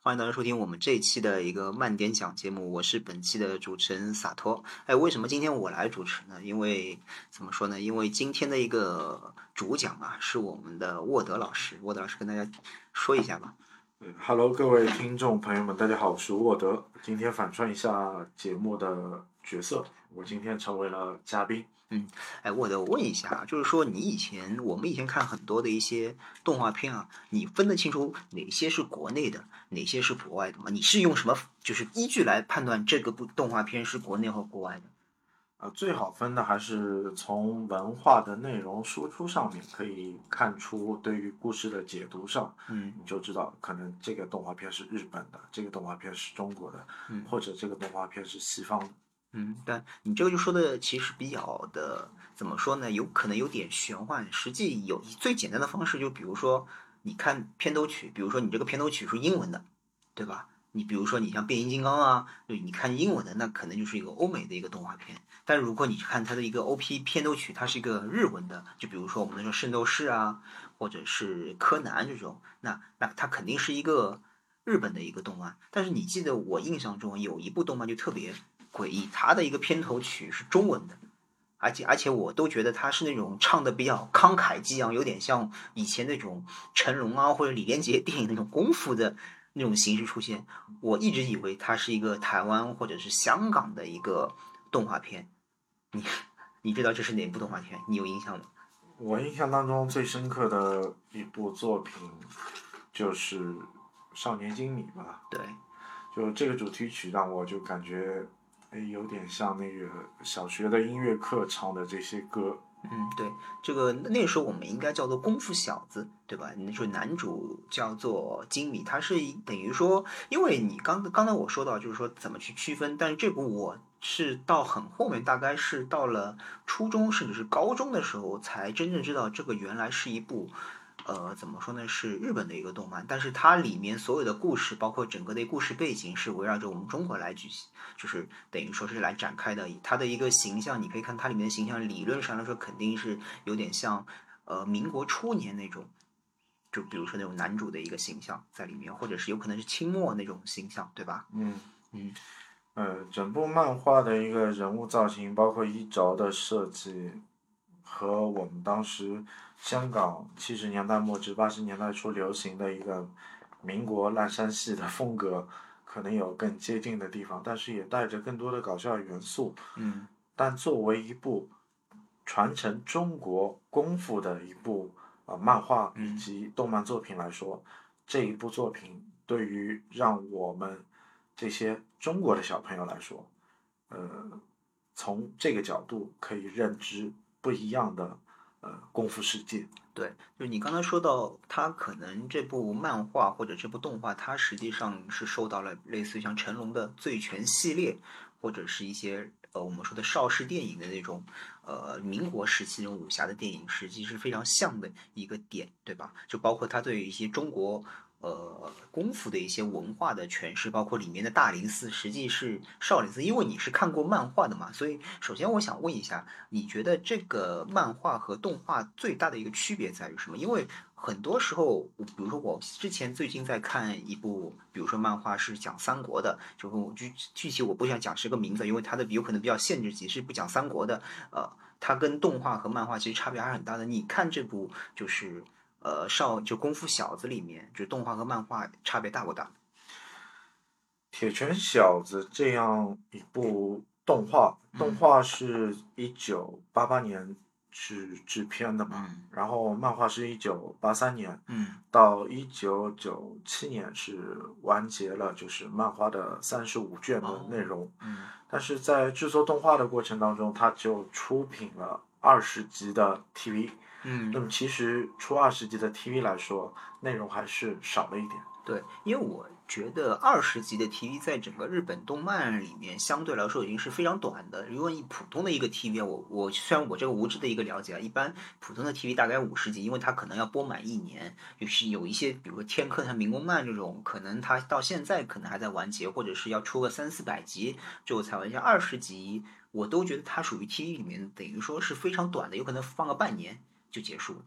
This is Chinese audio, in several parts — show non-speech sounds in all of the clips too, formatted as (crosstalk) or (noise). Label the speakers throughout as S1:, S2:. S1: 欢迎大家收听我们这一期的一个慢点讲节目，我是本期的主持人洒脱。哎，为什么今天我来主持呢？因为怎么说呢？因为今天的一个主讲啊，是我们的沃德老师。沃德老师跟大家说一下吧。
S2: 嗯，Hello，各位听众朋友们，大家好，我是沃德。今天反串一下节目的角色，我今天成为了嘉宾。
S1: 哎，沃德，我问一下，就是说你以前我们以前看很多的一些动画片啊，你分得清楚哪些是国内的，哪些是国外的吗？你是用什么就是依据来判断这个部动画片是国内和国外的？
S2: 呃，最好分的还是从文化的内容输出上面可以看出，对于故事的解读上，
S1: 嗯
S2: 你就知道可能这个动画片是日本的，这个动画片是中国的，
S1: 嗯
S2: 或者这个动画片是西方的。
S1: 嗯，但你这个就说的其实比较的怎么说呢？有可能有点玄幻。实际有最简单的方式，就比如说你看片头曲，比如说你这个片头曲是英文的，对吧？你比如说你像变形金刚啊，就你看英文的，那可能就是一个欧美的一个动画片。但如果你看它的一个 OP 片头曲，它是一个日文的，就比如说我们说圣斗士啊，或者是柯南这种，那那它肯定是一个日本的一个动漫。但是你记得我印象中有一部动漫就特别诡异，它的一个片头曲是中文的，而且而且我都觉得它是那种唱的比较慷慨激昂，有点像以前那种成龙啊或者李连杰电影那种功夫的那种形式出现。我一直以为它是一个台湾或者是香港的一个动画片，你你知道这是哪部动画片？你有印象吗？
S2: 我印象当中最深刻的一部作品就是《少年经理》吧，
S1: 对，
S2: 就这个主题曲让我就感觉，哎，有点像那个小学的音乐课唱的这些歌。
S1: 嗯，对，这个那时候我们应该叫做功夫小子，对吧？你说男主叫做金米，他是一等于说，因为你刚刚才我说到，就是说怎么去区分，但是这部我是到很后面，大概是到了初中甚至是高中的时候，才真正知道这个原来是一部。呃，怎么说呢？是日本的一个动漫，但是它里面所有的故事，包括整个的故事背景，是围绕着我们中国来举行就是等于说是来展开的。它的一个形象，你可以看它里面的形象，理论上来说肯定是有点像呃民国初年那种，就比如说那种男主的一个形象在里面，或者是有可能是清末那种形象，对吧？
S2: 嗯
S1: 嗯，
S2: 呃，整部漫画的一个人物造型，包括衣着的设计，和我们当时香港七十年代末至八十年代初流行的一个民国烂山系的风格，可能有更接近的地方，但是也带着更多的搞笑元素。
S1: 嗯
S2: 但作为一部传承中国功夫的一部呃漫画以
S1: 嗯
S2: 及动漫作品来说，这一部作品对于让我们这些中国的小朋友来说，呃，从这个角度可以认知不一样的呃功夫世界。
S1: 对，就是你刚才说到，它可能这部漫画或者这部动画，它实际上是受到了类似于像成龙的《醉拳》系列，或者是一些呃我们说的邵氏电影的那种，呃民国时期那种武侠的电影，实际是非常像的一个点，对吧？就包括它对于一些中国。呃，功夫的一些文化的诠释，包括里面的大林寺，实际是少林寺。因为你是看过漫画的嘛，所以首先我想问一下，你觉得这个漫画和动画最大的一个区别在于什么？因为很多时候，比如说我之前最近在看一部，比如说漫画是讲三国的，就是我具具体我不想讲这个名字，因为它的有可能比较限制级，是不讲三国的。呃，它跟动画和漫画其实差别还是很大的。你看这部就是呃少就功夫小子里面，就动画和漫画差别大不大？
S2: 铁拳小子这样一部动画，动画是一九八八年制制片的嘛，
S1: 嗯
S2: 然后漫画是一九八三年
S1: 嗯
S2: 到一九九七年是完结了，就是漫画的三十五卷的内容。
S1: 嗯
S2: 但是在制作动画的过程当中，它就出品了二十集的 TV。那
S1: 嗯，
S2: 么其实出二十集的 TV 来说，内容还是少了一点。
S1: 对，因为我觉得二十集的 TV 在整个日本动漫里面相对来说已经是非常短的。如果你普通的一个 TV，我我虽然我这个无知的一个了解啊，一般普通的 TV 大概五十集，因为它可能要播满一年。就是有一些，比如说《天坑》和《民工漫》这种，可能它到现在可能还在完结，或者是要出个三四百集最后才完结。二十集我都觉得它属于 TV 里面等于说是非常短的，有可能放个半年就结束了。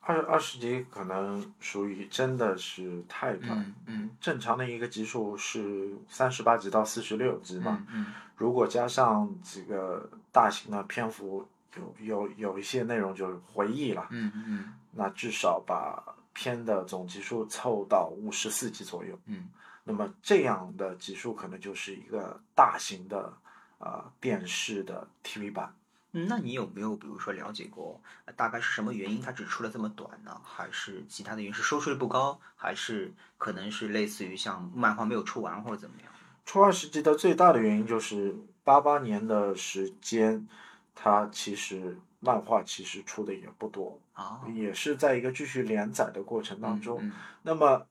S2: 二二十集可能属于真的是太短，
S1: 嗯嗯
S2: 正常的一个集数是三十八集到四十六集嘛，
S1: 嗯嗯
S2: 如果加上这个大型的篇幅，有有有一些内容就是回忆了，
S1: 嗯嗯
S2: 那至少把片的总集数凑到五十四集左右。
S1: 嗯
S2: 那么这样的集数可能就是一个大型的呃电视的 TV 版。
S1: 嗯，那你有没有比如说了解过呃大概是什么原因它只出了这么短呢？还是其他的原因是收视率不高，还是可能是类似于像漫画没有出完或者怎么样？
S2: 出二十集的最大的原因就是八八年的时间，它其实漫画其实出的也不多，
S1: 啊，
S2: 也是在一个继续连载的过程当
S1: 嗯
S2: 中。
S1: 嗯
S2: 那么，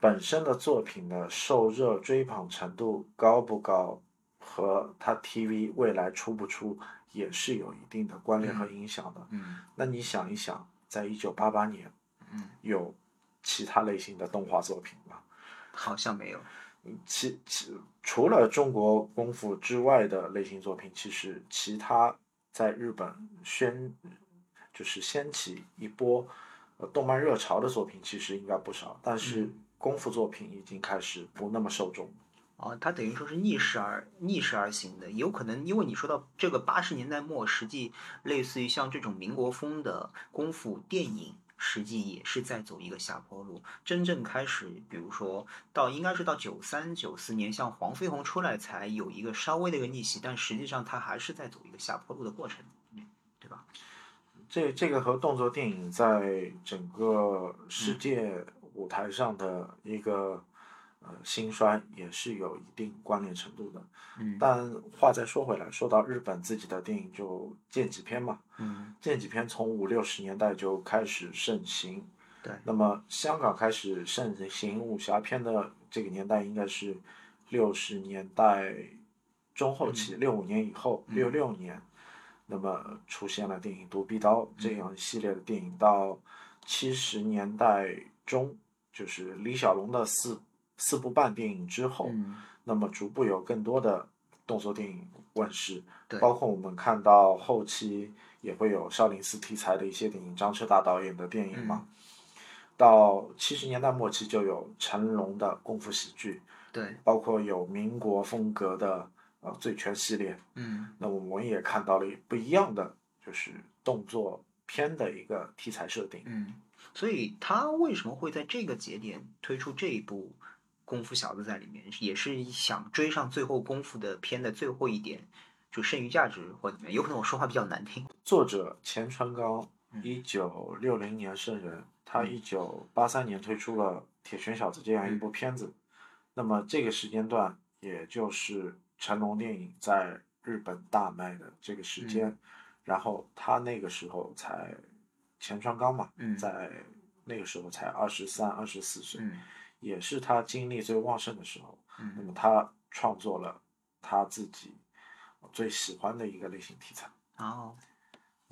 S2: 本身的作品的受热追捧程度高不高，和它 TV 未来出不出也是有一定的关联和影响的。
S1: 嗯
S2: 那你想一想，在一九八八年
S1: 嗯，
S2: 有其他类型的动画作品吗？
S1: 好像没有。
S2: 其其除了中国功夫之外的类型作品，其实其他在日本掀就是掀起一波呃动漫热潮的作品，其实应该不少。但是功夫作品已经开始不那么受众。
S1: 哦，它等于说是逆势而逆势而行的，有可能因为你说到这个八十年代末，实际类似于像这种民国风的功夫电影，实际也是在走一个下坡路。真正开始，比如说到应该是到九三九四年，像黄飞鸿出来才有一个稍微的一个逆袭，但实际上它还是在走一个下坡路的过程，嗯对吧？
S2: 这这个和动作电影在整个世界舞台上的一个、呃兴衰也是有一定关联程度的。
S1: 嗯
S2: 但话再说回来，说到日本自己的电影就见几篇嘛，
S1: 嗯
S2: 剑戟片从五六十年代就开始盛行，
S1: 对
S2: 那么香港开始盛行武侠片的这个年代应该是六十年代中后期，六五、年以后，
S1: 嗯
S2: 六六年，那么出现了电影《独臂刀》
S1: 嗯
S2: 这样一系列的电影，到七十年代中，就是李小龙的四四部半电影之后，
S1: 嗯
S2: 那么逐步有更多的动作电影问世
S1: 对，
S2: 包括我们看到后期也会有少林寺题材的一些电影，张彻大导演的电影嘛。到七十年代末期就有成龙的功夫喜剧，
S1: 对
S2: 包括有民国风格的呃醉拳系列。
S1: 嗯
S2: 那我们也看到了不一样的就是动作片的一个题材设定。
S1: 嗯，所以他为什么会在这个节点推出这一部《功夫小子》在里面，也是想追上最后功夫的片的最后一点，就剩余价值或怎么样？有可能我说话比较难听。
S2: 作者钱川高
S1: 嗯，
S2: 一九六零年生人，他
S1: 嗯
S2: 一九八三年推出了《铁拳小子》这样一部片子。那么这个时间段，也就是成龙电影在日本大卖的这个时
S1: 嗯
S2: 间，然后他那个时候才钱川刚嘛，
S1: 嗯
S2: 在那个时候才二十三、二十四岁，
S1: 嗯
S2: 也是他精力最旺盛的时候。那
S1: 嗯
S2: 么他创作了他自己呃最喜欢的一个类型题材。
S1: 然后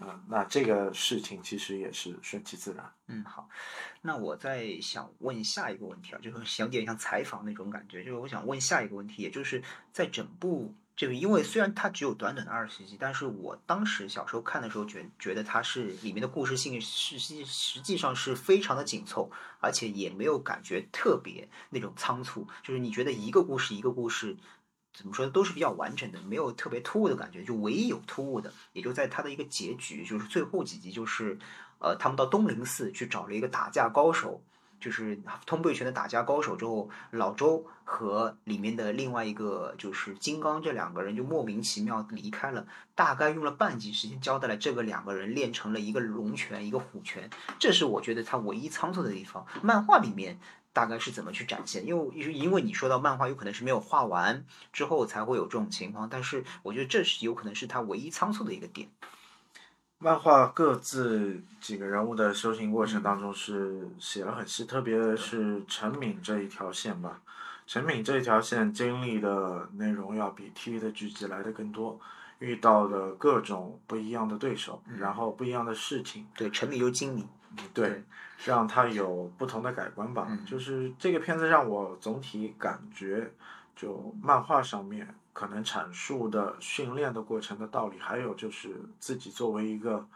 S2: 嗯，那这个事情其实也是顺其自然。
S1: 嗯，好，那我再想问下一个问题啊，就是有点像采访那种感觉，就是我想问下一个问题，也就是在整部这个，因为虽然它只有短短的二十集，但是我当时小时候看的时候觉觉得它是里面的故事性是是实际上是非常的紧凑，而且也没有感觉特别那种仓促，就是你觉得一个故事一个故事。怎么说呢都是比较完整的，没有特别突兀的感觉。就唯一有突兀的，也就在它的一个结局，就是最后几集，就是呃，他们到东林寺去找了一个打架高手，就是通背拳的打架高手之后，老周和里面的另外一个就是金刚这两个人就莫名其妙离开了，大概用了半集时间交代了这个两个人练成了一个龙拳一个虎拳，这是我觉得他唯一仓促的地方。漫画里面。大概是怎么去展现？因为因为你说到漫画有可能是没有画完之后才会有这种情况，但是我觉得这是有可能是他唯一仓促的一个点。
S2: 漫画各自几个人物的修行过程当中是写了很细，特别是陈敏这一条线吧。陈敏这一条线经历的内容要比 TV 的剧集来的更多，遇到的各种不一样的对手，然后不一样的事情，
S1: 对，沉迷就是精明。
S2: 对，让他有不同的改观吧。
S1: 嗯
S2: 就是这个片子让我总体感觉，就漫画上面可能阐述的训练的过程的道理，还有就是自己作为一个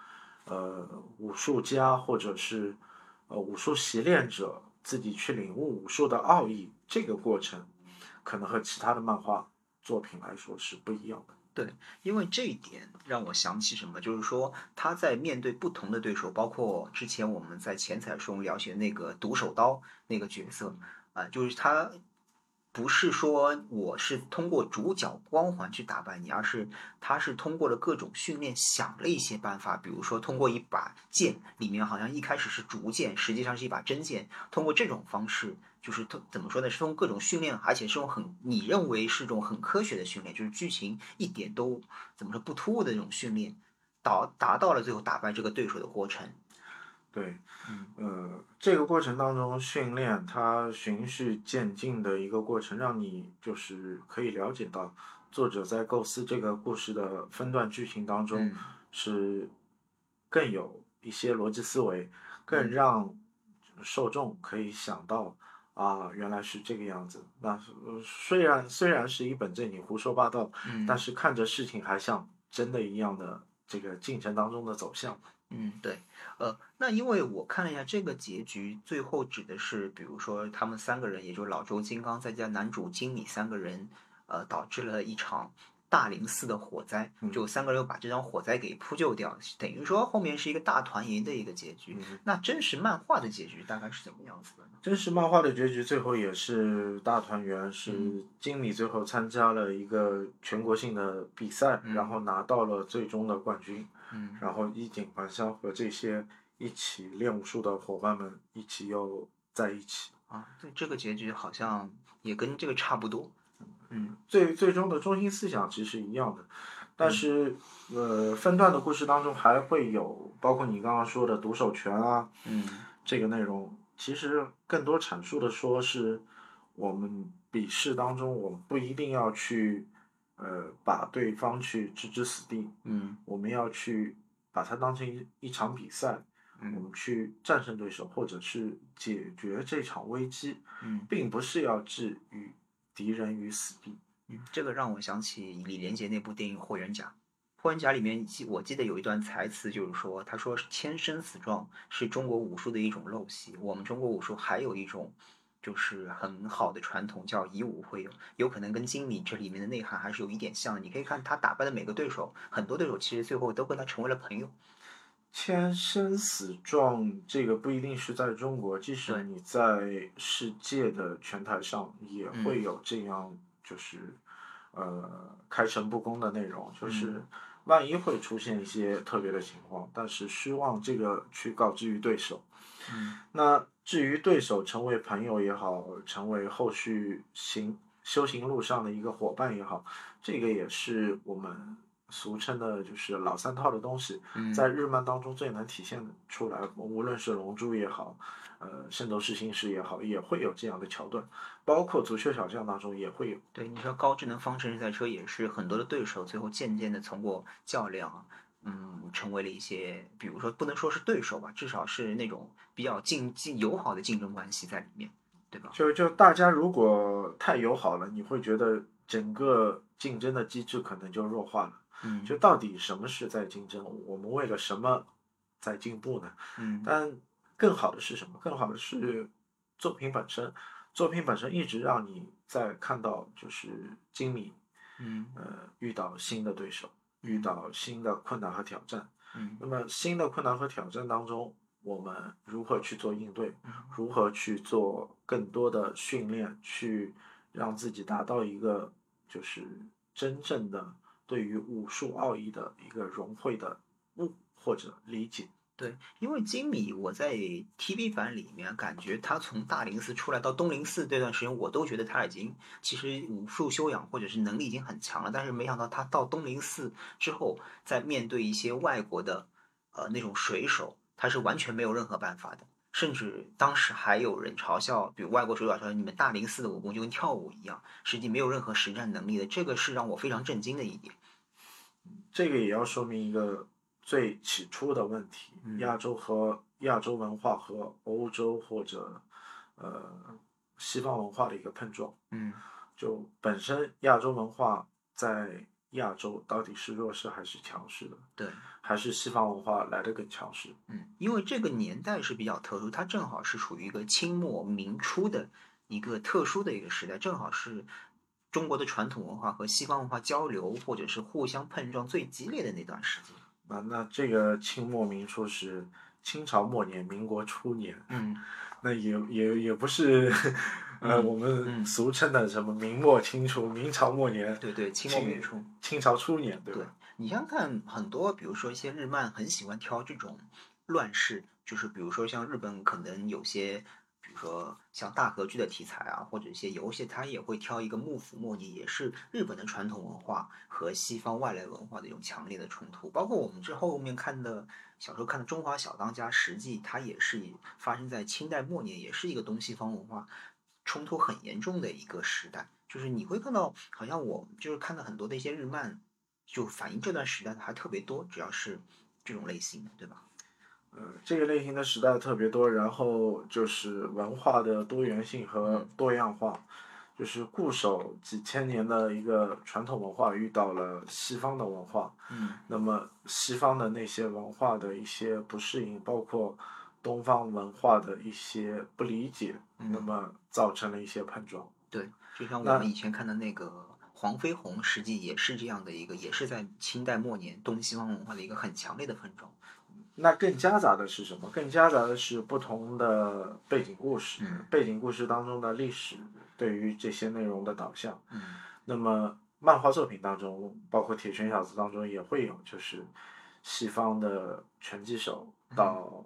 S2: 呃武术家或者是呃武术习练者自己去领悟武术的奥义，这个过程可能和其他的漫画作品来说是不一样的。
S1: 因为这一点让我想起什么，就是说他在面对不同的对手，包括之前我们在前彩中了解那个毒手刀那个角色啊、就是他不是说我是通过主角光环去打败你，而是他是通过了各种训练想了一些办法，比如说通过一把剑里面好像一开始是竹剑，实际上是一把真剑，通过这种方式。就是通怎么说呢？是通过各种训练，而且是种很你认为是种很科学的训练，就是剧情一点都怎么说不突兀的这种训练，导达到了最后打败这个对手的过程。
S2: 对，
S1: 嗯
S2: 呃，这个过程当中训练，它循序渐进的一个过程，让你就是可以了解到作者在构思这个故事的分段剧情当中，
S1: 嗯
S2: 是更有一些逻辑思维，更
S1: 嗯
S2: 让受众可以想到啊，原来是这个样子。那呃虽然虽然是一本正经胡说八道，
S1: 嗯，
S2: 但是看着事情还像真的一样的这个进程当中的走向。
S1: 嗯，对，呃，那因为我看了一下这个结局，最后指的是，比如说他们三个人，也就是老周、金刚再加男主金米三个人，呃，导致了一场大零四的火灾，
S2: 嗯
S1: 就三个人又把这场火灾给扑救掉，等于说后面是一个大团圆的一个结局。
S2: 嗯
S1: 那真实漫画的结局大概是怎么样子的呢？
S2: 真实漫画的结局最后也是大团圆，是
S1: 嗯
S2: 经理最后参加了一个全国性的比赛，
S1: 嗯
S2: 然后拿到了最终的冠军，
S1: 嗯
S2: 然后衣锦还乡，和这些一起练武术的伙伴们一起又在一起。
S1: 啊，对，这个结局好像也跟这个差不多。嗯
S2: 最最终的中心思想其实一样的，但
S1: 嗯
S2: 是、呃，分段的故事当中还会有包括你刚刚说的独手拳啊，
S1: 嗯
S2: 这个内容，其实更多阐述的说是我们笔试当中，我们不一定要去呃把对方去置之死地，
S1: 嗯
S2: 我们要去把它当成一一场比赛，我
S1: 嗯
S2: 们去战胜对手，或者是解决这场危机，
S1: 嗯
S2: 并不是要置于敌人于死地。
S1: 嗯，这个让我想起李连杰那部电影《霍元甲》。霍元甲里面记，我记得有一段台词，就是说，他说“签生死状是中国武术的一种陋习。我们中国武术还有一种，就是很好的传统，叫以武会友，有可能跟金米这里面的内涵还是有一点像的。你可以看他打败的每个对手，很多对手其实最后都跟他成为了朋友。
S2: 签生死状这个不一定是在中国，即使
S1: 对
S2: 你在世界的拳台上也
S1: 嗯
S2: 会有这样，就是、呃开诚布公的内容，就是
S1: 嗯
S2: 万一会出现一些特别的情况，但是希望这个去告知于对手。
S1: 嗯
S2: 那至于对手成为朋友也好，成为后续行修行路上的一个伙伴也好，这个也是我们俗称的就是老三套的东西。
S1: 嗯
S2: 在日漫当中最能体现出来，无论是龙珠也好，呃，圣斗士星矢也好，也会有这样的桥段，包括足球小将当中也会有。
S1: 对，你说高智能方程式赛车也是很多的对手最后渐渐的通过较量，嗯，成为了一些，比如说不能说是对手吧，至少是那种比较竞竞友好的竞争关系在里面，对吧？
S2: 就就大家如果太友好了，你会觉得整个竞争的机制可能就弱化了。
S1: 嗯，
S2: 就到底什么是在竞争？我们为了什么在进步呢？
S1: 嗯
S2: 但更好的是什么？更好的是作品本身。作品本身一直让你在看到，就是经理
S1: 嗯
S2: 呃遇到新的对手，遇到新的困难和挑战。
S1: 嗯
S2: 那么新的困难和挑战当中，我们如何去做应对？
S1: 嗯
S2: 如何去做更多的训练，去让自己达到一个就是真正的对于武术奥义的一个融会的悟或者理解？
S1: 对，因为金米我在 TV 版里面感觉他从大零四出来到东零四这段时间，我都觉得他已经其实武术修养或者是能力已经很强了，但是没想到他到东零四之后，在面对一些外国的呃那种水手，他是完全没有任何办法的。甚至当时还有人嘲笑，比如外国水手说你们大零四的武功就跟跳舞一样，实际没有任何实战能力的，这个是让我非常震惊的一点。
S2: 这个也要说明一个最起初的问题：
S1: 嗯
S2: 亚洲和亚洲文化和欧洲或者呃西方文化的一个碰撞。
S1: 嗯
S2: 就本身亚洲文化在亚洲到底是弱势还是强势的，
S1: 对，
S2: 还是西方文化来的更强势？
S1: 嗯，因为这个年代是比较特殊，它正好是属于一个清末民初的一个特殊的一个时代，正好是中国的传统文化和西方文化交流或者是互相碰撞最激烈的那段时间。
S2: 啊，那这个清末民初是清朝末年、民国初年，
S1: 嗯，
S2: 那也也也不是，呃，
S1: 嗯
S2: 我们
S1: 嗯
S2: 俗称的什么明末清初、明朝末年、
S1: 对对，清末
S2: 清
S1: 民初。
S2: 清朝初年，对吧？
S1: 你想想看很多，比如说一些日漫，很喜欢挑这种乱世，就是比如说像日本可能有些，比如说像大和剧的题材啊，或者一些游戏，它也会挑一个幕府末年，也是日本的传统文化和西方外来文化的一种强烈的冲突。包括我们之后面看的小时候看的《中华小当家》，实际它也是以发生在清代末年，也是一个东西方文化冲突很严重的一个时代。就是你会看到，好像我就是看到很多的一些日漫，就反映这段时代的还特别多，只要是这种类型的，对吧？
S2: 呃，这个类型的时代特别多，然后就是文化的多元性和
S1: 嗯
S2: 多样化，就是固守几千年的一个传统文化遇到了西方的文化，
S1: 嗯
S2: 那么西方的那些文化的一些不适应，包括东方文化的一些不理解，那
S1: 嗯，
S2: 么造成了一些碰撞。
S1: 对，就像
S2: 那
S1: 我们以前看的那个黄飞鸿，实际也是这样的一个，也是在清代末年东西方文化的一个很强烈的碰撞。
S2: 那更夹杂的是什么？更夹杂的是不同的背景故事，
S1: 嗯
S2: 背景故事当中的历史对于这些内容的导向。
S1: 嗯
S2: 那么漫画作品当中，包括《铁拳小子》当中也会有，就是西方的拳击手到、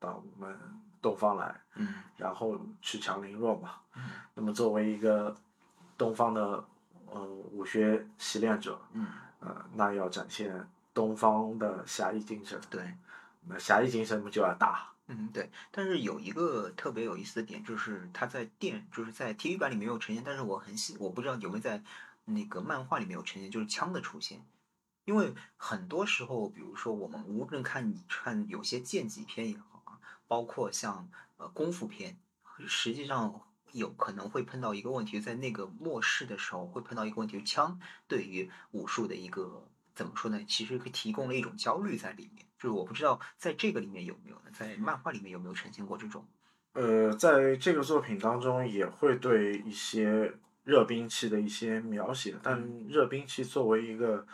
S2: 到我们东方来，
S1: 嗯
S2: 然后恃强凌弱嘛。
S1: 嗯
S2: 那么作为一个东方的呃武学习练者，
S1: 嗯，
S2: 呃，那要展现东方的侠义精神。
S1: 对。
S2: 那侠义精神不就要打？
S1: 嗯，对，但是有一个特别有意思的点，就是它在电，就是在 TV 版里面没有呈现，但是我很喜，我不知道有没有在那个漫画里面有呈现，就是枪的出现。因为很多时候，比如说我们无论看你看有些剑戟片也好啊，包括像呃功夫片，实际上有可能会碰到一个问题，在那个末世的时候会碰到一个问题，枪对于武术的一个怎么说呢？其实提供了一种焦虑在里面。就是我不知道在这个里面有没有呢，在漫画里面有没有呈现过这种？
S2: 呃，在这个作品当中也会对一些热兵器的一些描写，但热兵器作为一个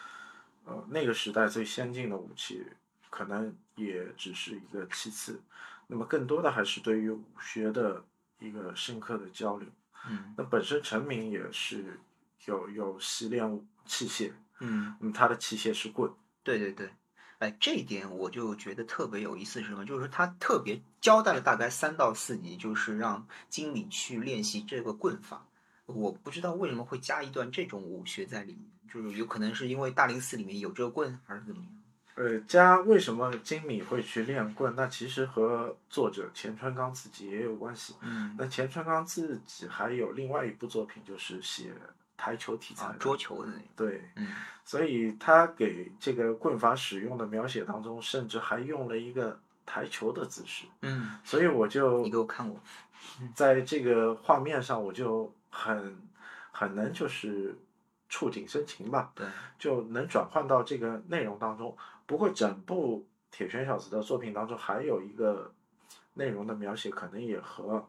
S2: 呃那个时代最先进的武器，可能也只是一个其次。那么更多的还是对于武学的一个深刻的交流。
S1: 嗯
S2: 那本身陈明也是有有习练器械，
S1: 嗯，
S2: 那么他的器械是棍。
S1: 对对对，哎，这一点我就觉得特别有意思，是什么？就是他特别交代了大概三到四集，就是让经理去练习这个棍法。我不知道为什么会加一段这种武学在里面，就是有可能是因为大零四里面有这个棍，还是怎么样？
S2: 呃，加为什么金米会去练棍？那其实和作者钱川刚自己也有关系。
S1: 嗯，
S2: 那钱川刚自己还有另外一部作品，就是写台球题材
S1: 啊
S2: 的，
S1: 桌球的那种，
S2: 对，
S1: 嗯
S2: 所以他给这个棍法使用的描写当中，甚至还用了一个台球的姿势。
S1: 嗯，
S2: 所以我就
S1: 你给我看过，
S2: 在这个画面上，我就很很能就是触景生情吧。
S1: 对，
S2: 就能转换到这个内容当中。不过，整部《铁拳小子》的作品当中，还有一个内容的描写，可能也和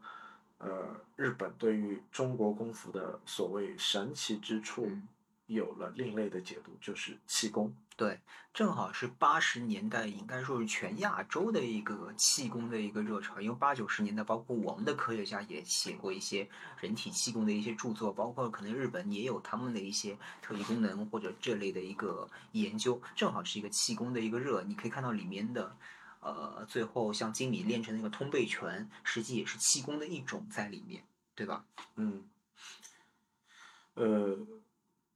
S2: 呃日本对于中国功夫的所谓神奇之处
S1: 嗯。
S2: 有了另类的解读，就是气功。
S1: 对，正好是八十年代，应该说是全亚洲的一个气功的一个热潮。因为八九十年代，包括我们的科学家也写过一些人体气功的一些著作，包括可能日本也有他们的一些特异功能或者这类的一个研究，正好是一个气功的一个热。你可以看到里面的，呃，最后像经理练成那个通背拳，实际也是气功的一种在里面，对吧？
S2: 嗯，呃，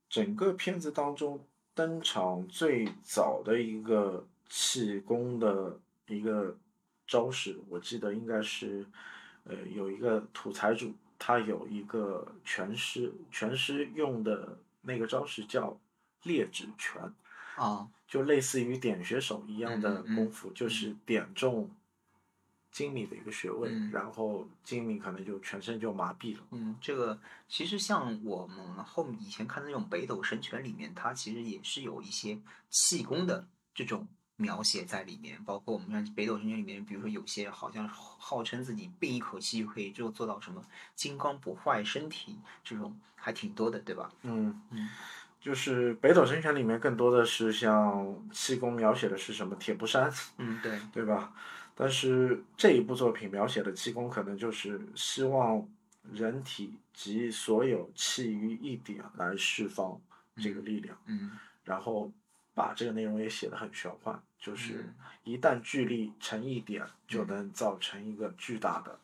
S2: 整个片子当中登场最早的一个气功的一个招式，我记得应该是，呃，有一个土财主，他有一个拳师，拳师用的那个招式叫裂指拳，
S1: 啊，
S2: 就类似于点穴手一样的
S1: 嗯嗯嗯
S2: 功夫，就是点中精米的一个学问，
S1: 嗯
S2: 然后精米可能就全身就麻痹了。
S1: 嗯，这个其实像我们后以前看的那种北斗神拳里面，它其实也是有一些气功的这种描写在里面，包括我们看北斗神拳里面，比如说有些好像号称自己并一口气可以就做到什么金刚不坏身体这种，还挺多的，对吧？
S2: 嗯，
S1: 嗯
S2: 就是北斗神拳里面更多的是像气功描写的是什么铁布衫， (laughs)
S1: 嗯，对，
S2: 对吧？但是这一部作品描写的气功，可能就是希望人体集所有气于一点来释放这个力量，
S1: 嗯
S2: 然后把这个内容也写得很玄幻，就是
S1: 嗯
S2: 一旦巨力乘一点，就能造成一个巨大的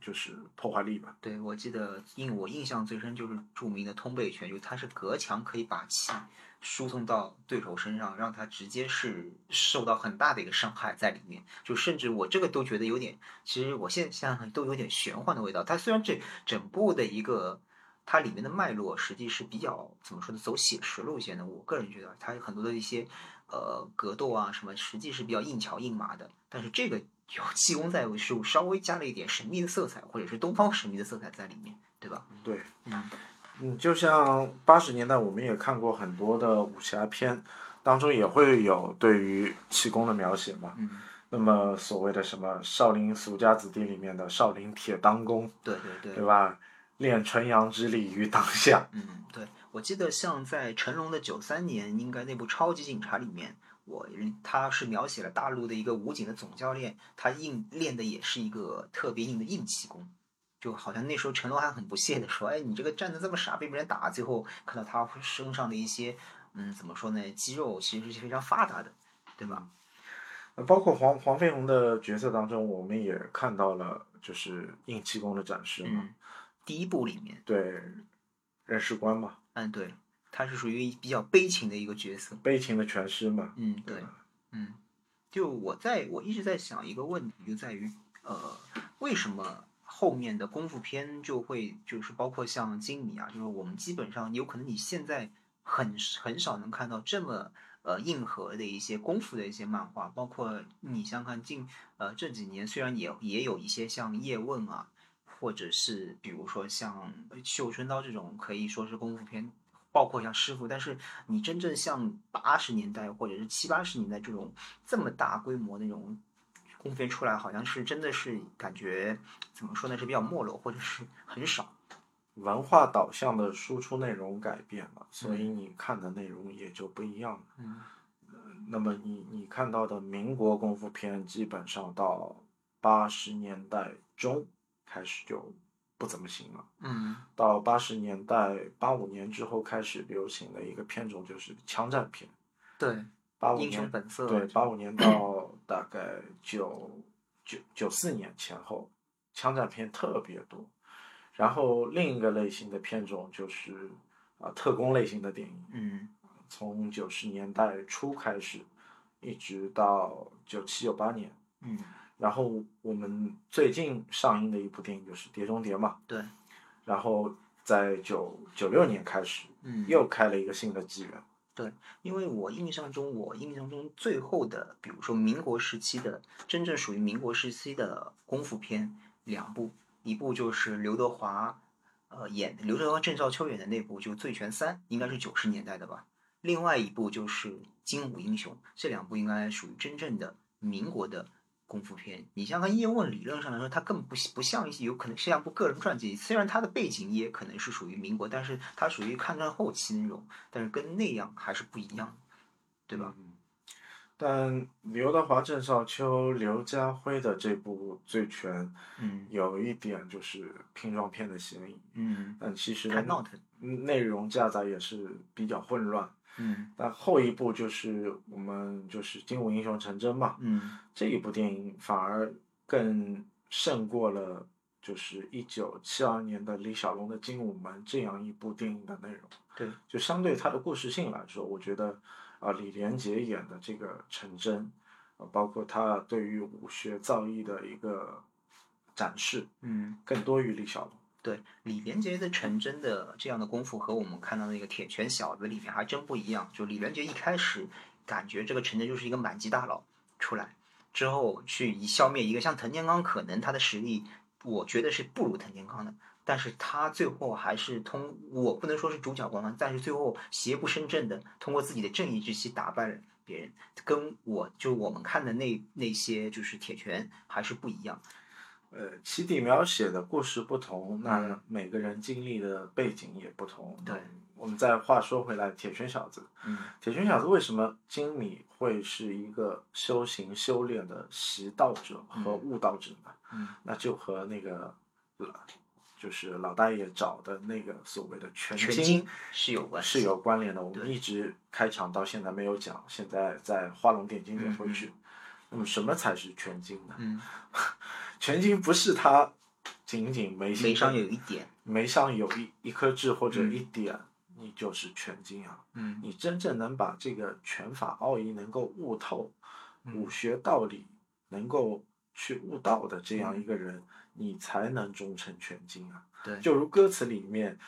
S2: 就是破坏力吧。
S1: 对，我记得印我印象最深就是著名的通背拳，就它是隔墙可以把气输送到对手身上，让他直接是受到很大的一个伤害在里面。就甚至我这个都觉得有点，其实我现在想想都有点玄幻的味道。它虽然这整部的一个它里面的脉络实际是比较怎么说呢，走写实路线的。我个人觉得啊它有很多的一些呃格斗啊什么，实际是比较硬桥硬马的。但是这个有气功在，是稍微加了一点神秘的色彩，或者是东方神秘的色彩在里面，对吧？
S2: 对，
S1: 嗯
S2: 嗯，就像八十年代，我们也看过很多的武侠片，当中也会有对于气功的描写嘛。
S1: 嗯，
S2: 那么所谓的什么少林俗家子弟里面的少林铁裆功，
S1: 对对对
S2: 对。吧？练纯阳之力于当下。
S1: 嗯，对，我记得像在成龙的九三年，应该那部《超级警察》里面，我他是描写了大陆的一个武警的总教练，他硬练的也是一个特别硬的硬气功，就好像那时候成龙还很不屑的说：“哎，你这个站的这么傻，被别人打。”最后看到他身上的一些，嗯，怎么说呢，肌肉其实是非常发达的，对吧？
S2: 呃包括黄黄飞鸿的角色当中，我们也看到了就是硬气功的展示嘛。
S1: 嗯，第一部里面，
S2: 对，人事官嘛，
S1: 嗯，对，他是属于比较悲情的一个角色。
S2: 悲情的全尸嘛。
S1: 嗯，对
S2: 吧，
S1: 嗯，就我在我一直在想一个问题，就在于呃，为什么后面的功夫片就会就是包括像金米啊，就是我们基本上有可能你现在很很少能看到这么呃硬核的一些功夫的一些漫画，包括你想想看近呃这几年虽然也也有一些像叶问啊，或者是比如说像《绣春刀》这种可以说是功夫片，包括像师傅，但是你真正像八十年代或者是七八十年代这种这么大规模那种功夫片出来，好像是真的是感觉怎么说呢，是比较没落或者是 (laughs) 很少。
S2: 文化导向的输出内容改变了，所以你看的内容也就不一样了。
S1: 嗯
S2: 那么你你看到的民国功夫片，基本上到八十年代中开始就不怎么行了。
S1: 嗯
S2: 到八十年代八五年之后开始流行的一个片种就是枪战片。
S1: 对，
S2: 八五
S1: 英雄
S2: 年
S1: 本色
S2: 对八五年到大概九九九四年前后，枪战片特别多。然后另一个类型的片种就是啊、特工类型的电影，
S1: 嗯
S2: 从九十年代初开始，一直到九七九八年。
S1: 嗯
S2: 然后我们最近上映的一部电影就是《碟中谍》嘛，
S1: 对，
S2: 然后在九九六年开始
S1: 嗯
S2: 又开了一个新的纪元。
S1: 因为我印象中，我印象中最后的，比如说民国时期的，真正属于民国时期的功夫片两部，一部就是刘德华，呃演刘德华、郑少秋演的那部就《醉拳三》，应该是九十年代的吧。另外一部就是《精武英雄》，这两部应该属于真正的民国的功夫片。你像看《叶问》，理论上来说，它更不不像一些有可能是像部个人传记，虽然它的背景也可能是属于民国，但是它属于抗战后期那种。但是跟那样还是不一样，对吧？
S2: 嗯？但刘德华、郑少秋、刘家辉的这部《醉拳》
S1: 嗯
S2: 有一点就是拼装片的嫌疑，
S1: 嗯，
S2: 但其实
S1: 太
S2: 呢
S1: 闹腾，
S2: 内容夹杂也是比较混乱。
S1: 嗯
S2: 但后一部就是我们就是《精武英雄成真》嘛，
S1: 嗯
S2: 这一部电影反而更胜过了就是一九七二年的李小龙的《精武门》这样一部电影的内容。
S1: 对，
S2: 就相对它的故事性来说，我觉得啊、李连杰演的这个陈真，啊包括他对于武学造诣的一个展示，
S1: 嗯，
S2: 更多于李小龙。
S1: 对，李连杰的陈真的这样的功夫和我们看到那个铁拳小子里面还真不一样。就李连杰一开始感觉这个陈真就是一个满级大佬出来，之后去以消灭一个像藤健刚，可能他的实力我觉得是不如藤健刚的，但是他最后还是通我不能说是主角光环，但是最后邪不胜正的通过自己的正义之气打败了别人，跟我就我们看的那那些就是铁拳还是不一样。
S2: 呃，起底描写的故事不同，那
S1: 嗯
S2: 每个人经历的背景也不同。
S1: 对，
S2: 我们再话说回来，铁拳小子，
S1: 嗯
S2: 铁拳小子为什么经理会是一个修行修炼的习道者和
S1: 嗯
S2: 悟道者呢？
S1: 嗯
S2: 那就和那个老，就是老大爷找的那个所谓的全
S1: 全
S2: 经
S1: 经是有关系
S2: 是有关联的。我们
S1: 对
S2: 一直开场到现在没有讲，现在在画龙点睛点
S1: 嗯
S2: 回
S1: 嗯
S2: 去。那么什么才是全经呢？
S1: 嗯，
S2: 全经不是他仅仅眉心
S1: 眉上嗯有一点，
S2: 眉上有一一颗痣或者
S1: 嗯
S2: 一点，你就是全经啊！
S1: 嗯
S2: 你真正能把这个拳法奥义能够悟透，
S1: 嗯
S2: 武学道理能够去悟道的这样
S1: 嗯
S2: 一个人，你才能终成全经啊！
S1: 对，
S2: 就如歌词里面，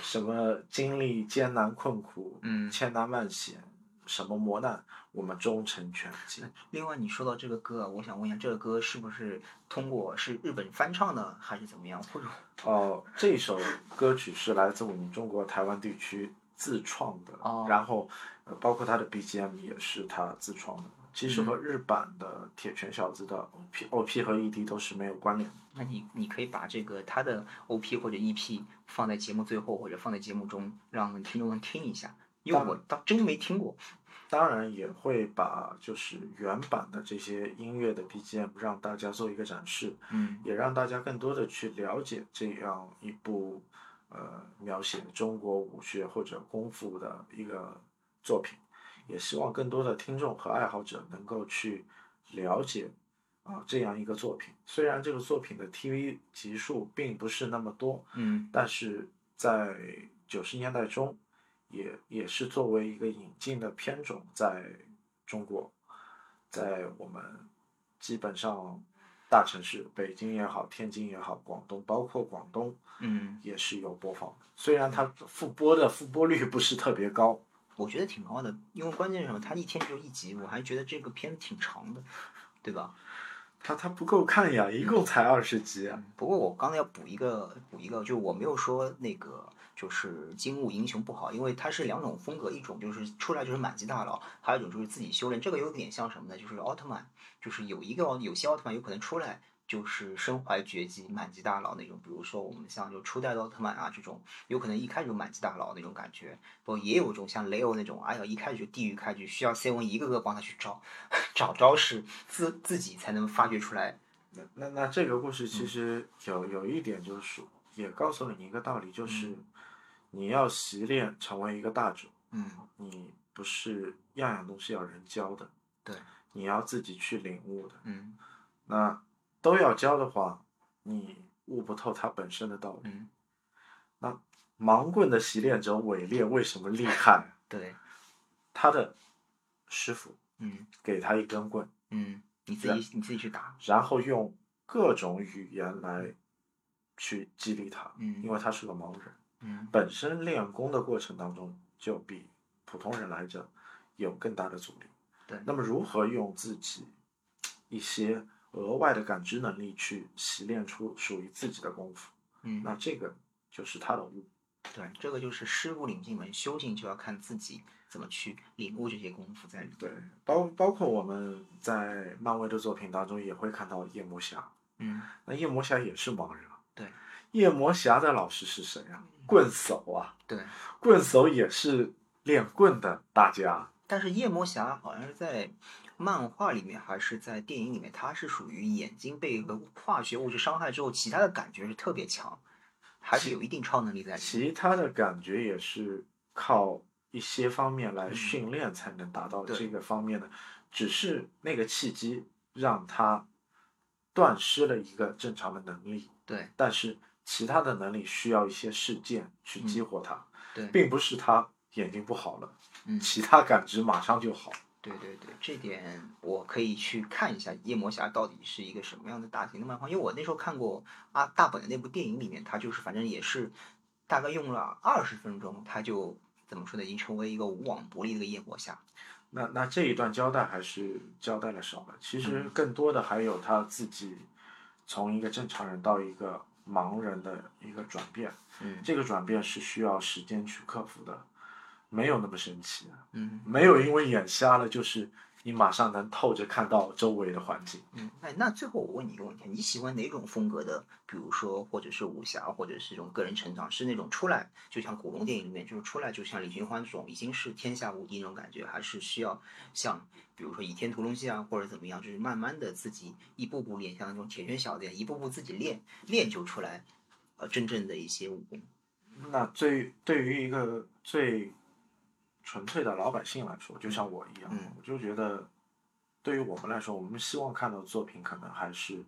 S2: 什么经历艰难困苦，
S1: 嗯
S2: 千难万险，什么磨难，我们终成全经。
S1: 另外，你说到这个歌啊，我想问一下，这个歌是不是通过是日本翻唱的，还是怎么样？或者
S2: 哦，这首歌曲是来自我们中国台湾地区自创的，
S1: 哦
S2: 然后、呃包括他的 BGM 也是他自创的。其实和日版的《铁拳小子》的 OP、OP 和 ED 都是没有关联的。
S1: 那你你可以把这个它的 OP 或者 EP 放在节目最后，或者放在节目中，让听众们听一下，因为
S2: 当
S1: 我倒真没听过。
S2: 当然也会把就是原版的这些音乐的 BGM 让大家做一个展示，
S1: 嗯
S2: 也让大家更多的去了解这样一部呃描写中国武学或者功夫的一个作品，也希望更多的听众和爱好者能够去了解啊、这样一个作品。虽然这个作品的 TV 集数并不是那么多，
S1: 嗯
S2: 但是在九十年代中也也是作为一个引进的片种，在中国，在我们基本上大城市，北京也好，天津也好，广东包括广东
S1: 嗯，
S2: 也是有播放。虽然它复播的复播率不是特别高，
S1: 我觉得挺高的，因为关键是什么？它一天只有一集，我还觉得这个片子挺长的，对吧？
S2: 它它不够看呀，一共才二十集啊。
S1: 不过我刚才要补一个，补一个，就我没有说那个就是精武英雄不好，因为它是两种风格，一种就是出来就是满级大佬，还有一种就是自己修炼。这个有点像什么呢？就是奥特曼，就是有一个奥有些奥特曼有可能出来就是身怀绝技满级大佬那种，比如说我们像就初代的奥特曼啊这种，有可能一开始就满级大佬那种感觉。不过也有一种像雷欧那种，哎呀一开始就地狱开局，需要 C 文一个个帮他去找 (laughs) 找招式，自自己才能发掘出来。
S2: 那那那这个故事其实有、有一点就是说，也告诉了你一个道理，就是、
S1: 嗯
S2: 你要习练成为一个大者，
S1: 嗯，
S2: 你不是样样东西要人教的，
S1: 对，
S2: 你要自己去领悟的。
S1: 嗯
S2: 那都要教的话，你悟不透它本身的道理。
S1: 嗯，
S2: 盲棍的习练者伪练为什么厉害？
S1: 对，
S2: 他的师傅
S1: 嗯。
S2: 给他一根棍，
S1: 嗯，你自
S2: 然
S1: 己你自己去打，
S2: 然后用各种语言来去激励他，
S1: 嗯
S2: 因为他是个盲人。
S1: 嗯
S2: 本身练功的过程当中，就比普通人来着有更大的阻力。
S1: 对
S2: 那么如何用自己一些额外的感知能力去习练出属于自己的功夫？
S1: 嗯，
S2: 那这个就是他的悟。
S1: 对，这个就是师傅领进门，修行就要看自己怎么去领悟这些功夫在里面。
S2: 对，包包括我们在漫威的作品当中也会看到夜魔侠，
S1: 嗯，
S2: 那夜魔侠也是盲人啊。
S1: 对，
S2: 夜魔侠的老师是谁啊？棍手啊，
S1: 对。
S2: 棍手也是练棍的大家。啊
S1: 但是夜魔侠好像是在漫画里面还是在电影里面，他是属于眼睛被一个化学物质伤害之后，其他的感觉是特别强，还是有一定超能力在里面。
S2: 其他的感觉也是靠一些方面来
S1: 嗯
S2: 训练才能达到
S1: 对
S2: 这个方面的，只是那个契机让他断失了一个正常的能力，
S1: 对
S2: 但是其他的能力需要一些事件去激活他，
S1: 嗯对，
S2: 并不是他眼睛不好了，
S1: 嗯，
S2: 其他感知马上就好。
S1: 对对对，这点我可以去看一下《夜魔侠》到底是一个什么样的大型的漫画，因为我那时候看过啊大本的那部电影里面，他就是反正也是大概用了二十分钟，他就怎么说呢，已经成为一个无往不利的一个夜魔侠。
S2: 那那这一段交代还是交代的少了，其
S1: 嗯
S2: 实更多的还有他自己从一个正常人到一个盲人的一个转变，
S1: 嗯
S2: 这个转变是需要时间去克服的，没有那么神奇，啊
S1: 嗯
S2: 没有因为眼瞎了就是你马上能透着看到周围的环境。
S1: 嗯。哎，那最后我问你一个问题，你喜欢哪种风格的？比如说，或者是武侠，或者是这种个人成长，是那种出来就像古龙电影里面，就是出来就像李寻欢这种已经是天下无敌那种感觉，还是需要像比如说《倚天屠龙记》啊，或者怎么样，就是慢慢的自己一步步练，像那种铁拳小将一步步自己练，练就出来呃真正的一些武功。
S2: 那最对于一个最纯粹的老百姓来说，就像我一样，
S1: 嗯
S2: 我就觉得，对于我们来说，我们希望看到的作品可能还是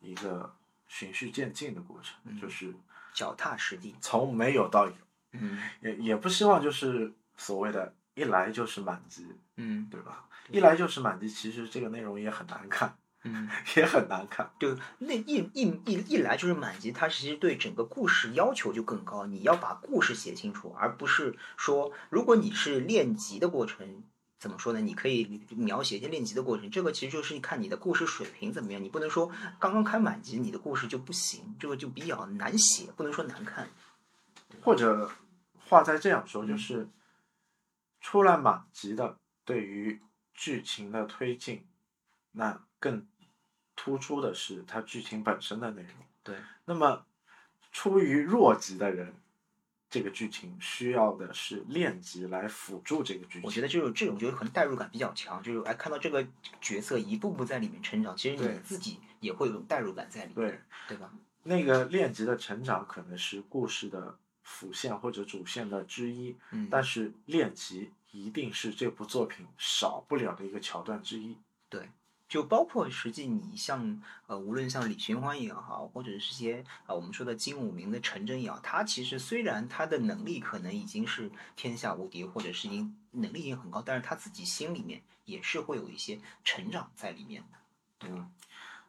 S2: 一个循序渐进的过程，
S1: 嗯
S2: 就是
S1: 脚踏实地，
S2: 从没有到有，
S1: 嗯
S2: 也也不希望就是所谓的一来就是满级，
S1: 嗯
S2: 对吧？
S1: 对
S2: 一来就是满级，其实这个内容也很难看， (laughs)
S1: 嗯，
S2: 也很难看。
S1: 就那一一一一来就是满级，它其实对整个故事要求就更高，你要把故事写清楚，而不是说如果你是练级的过程。怎么说呢？你可以描写一些练级的过程，这个其实就是看你的故事水平怎么样。你不能说刚刚开满级，你的故事就不行，这个就比较难写，不能说难看。
S2: 或者话再这样说，
S1: 嗯
S2: 就是出来满级的，对于剧情的推进，那更突出的是它剧情本身的内容。
S1: 对，
S2: 那么出于弱级的人，这个剧情需要的是练级来辅助这个剧情。
S1: 我觉得这种这种就是可能代入感比较强，就是哎看到这个角色一步步在里面成长，其实你
S2: 对
S1: 自己也会有种代入感在里面，
S2: 对
S1: 对吧？
S2: 那个练级的成长可能是故事的辅线或者主线的之一，
S1: 嗯，
S2: 但是练级一定是这部作品少不了的一个桥段之一。
S1: 就包括实际你像呃，无论像李寻欢也好，或者是些啊、我们说的金武明的陈真也好，他其实虽然他的能力可能已经是天下无敌，或者是已经能力已经很高，但是他自己心里面也是会有一些成长在里面的。
S2: 嗯，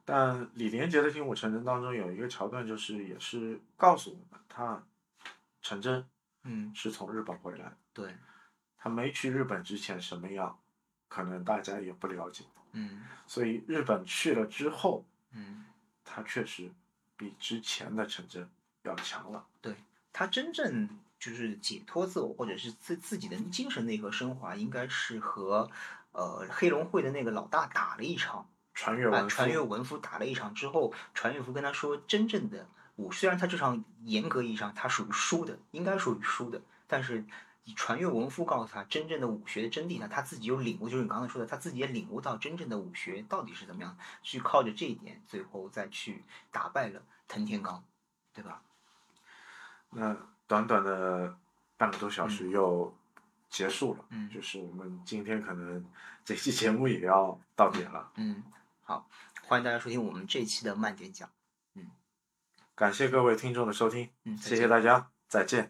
S2: 但李连杰的《精武成真》当中有一个桥段，就是也是告诉我们，他成真
S1: 嗯，
S2: 是从日本回来，
S1: 对，
S2: 他没去日本之前什么样，可能大家也不了解。
S1: 嗯
S2: 所以日本去了之后，
S1: 嗯。
S2: 他确实比之前的成真要强了。
S1: 他真正就是解脱自我，或者是自自己的精神的一个升华，应该是和呃黑龙会的那个老大打了一场，
S2: 穿越
S1: 啊，
S2: 文
S1: 传阅
S2: 夫，
S1: 文夫打了一场之后，传阅夫跟他说，真正的我虽然他这场严格意义上他属于输的，应该属于输的，但是。传阅文夫告诉他真正的武学的真谛呢，他自己有领悟，就是你刚才说的，他自己也领悟到真正的武学到底是怎么样，去靠着这一点，最后再去打败了藤田刚，对吧？
S2: 那短短的半个多小时又结束了，
S1: 嗯
S2: 就是我们今天可能这期节目也要到点了。
S1: 嗯，好，欢迎大家收听我们这一期的慢点讲。
S2: 感谢各位听众的收听，
S1: 嗯，再
S2: 谢
S1: 见
S2: 谢大家，再见。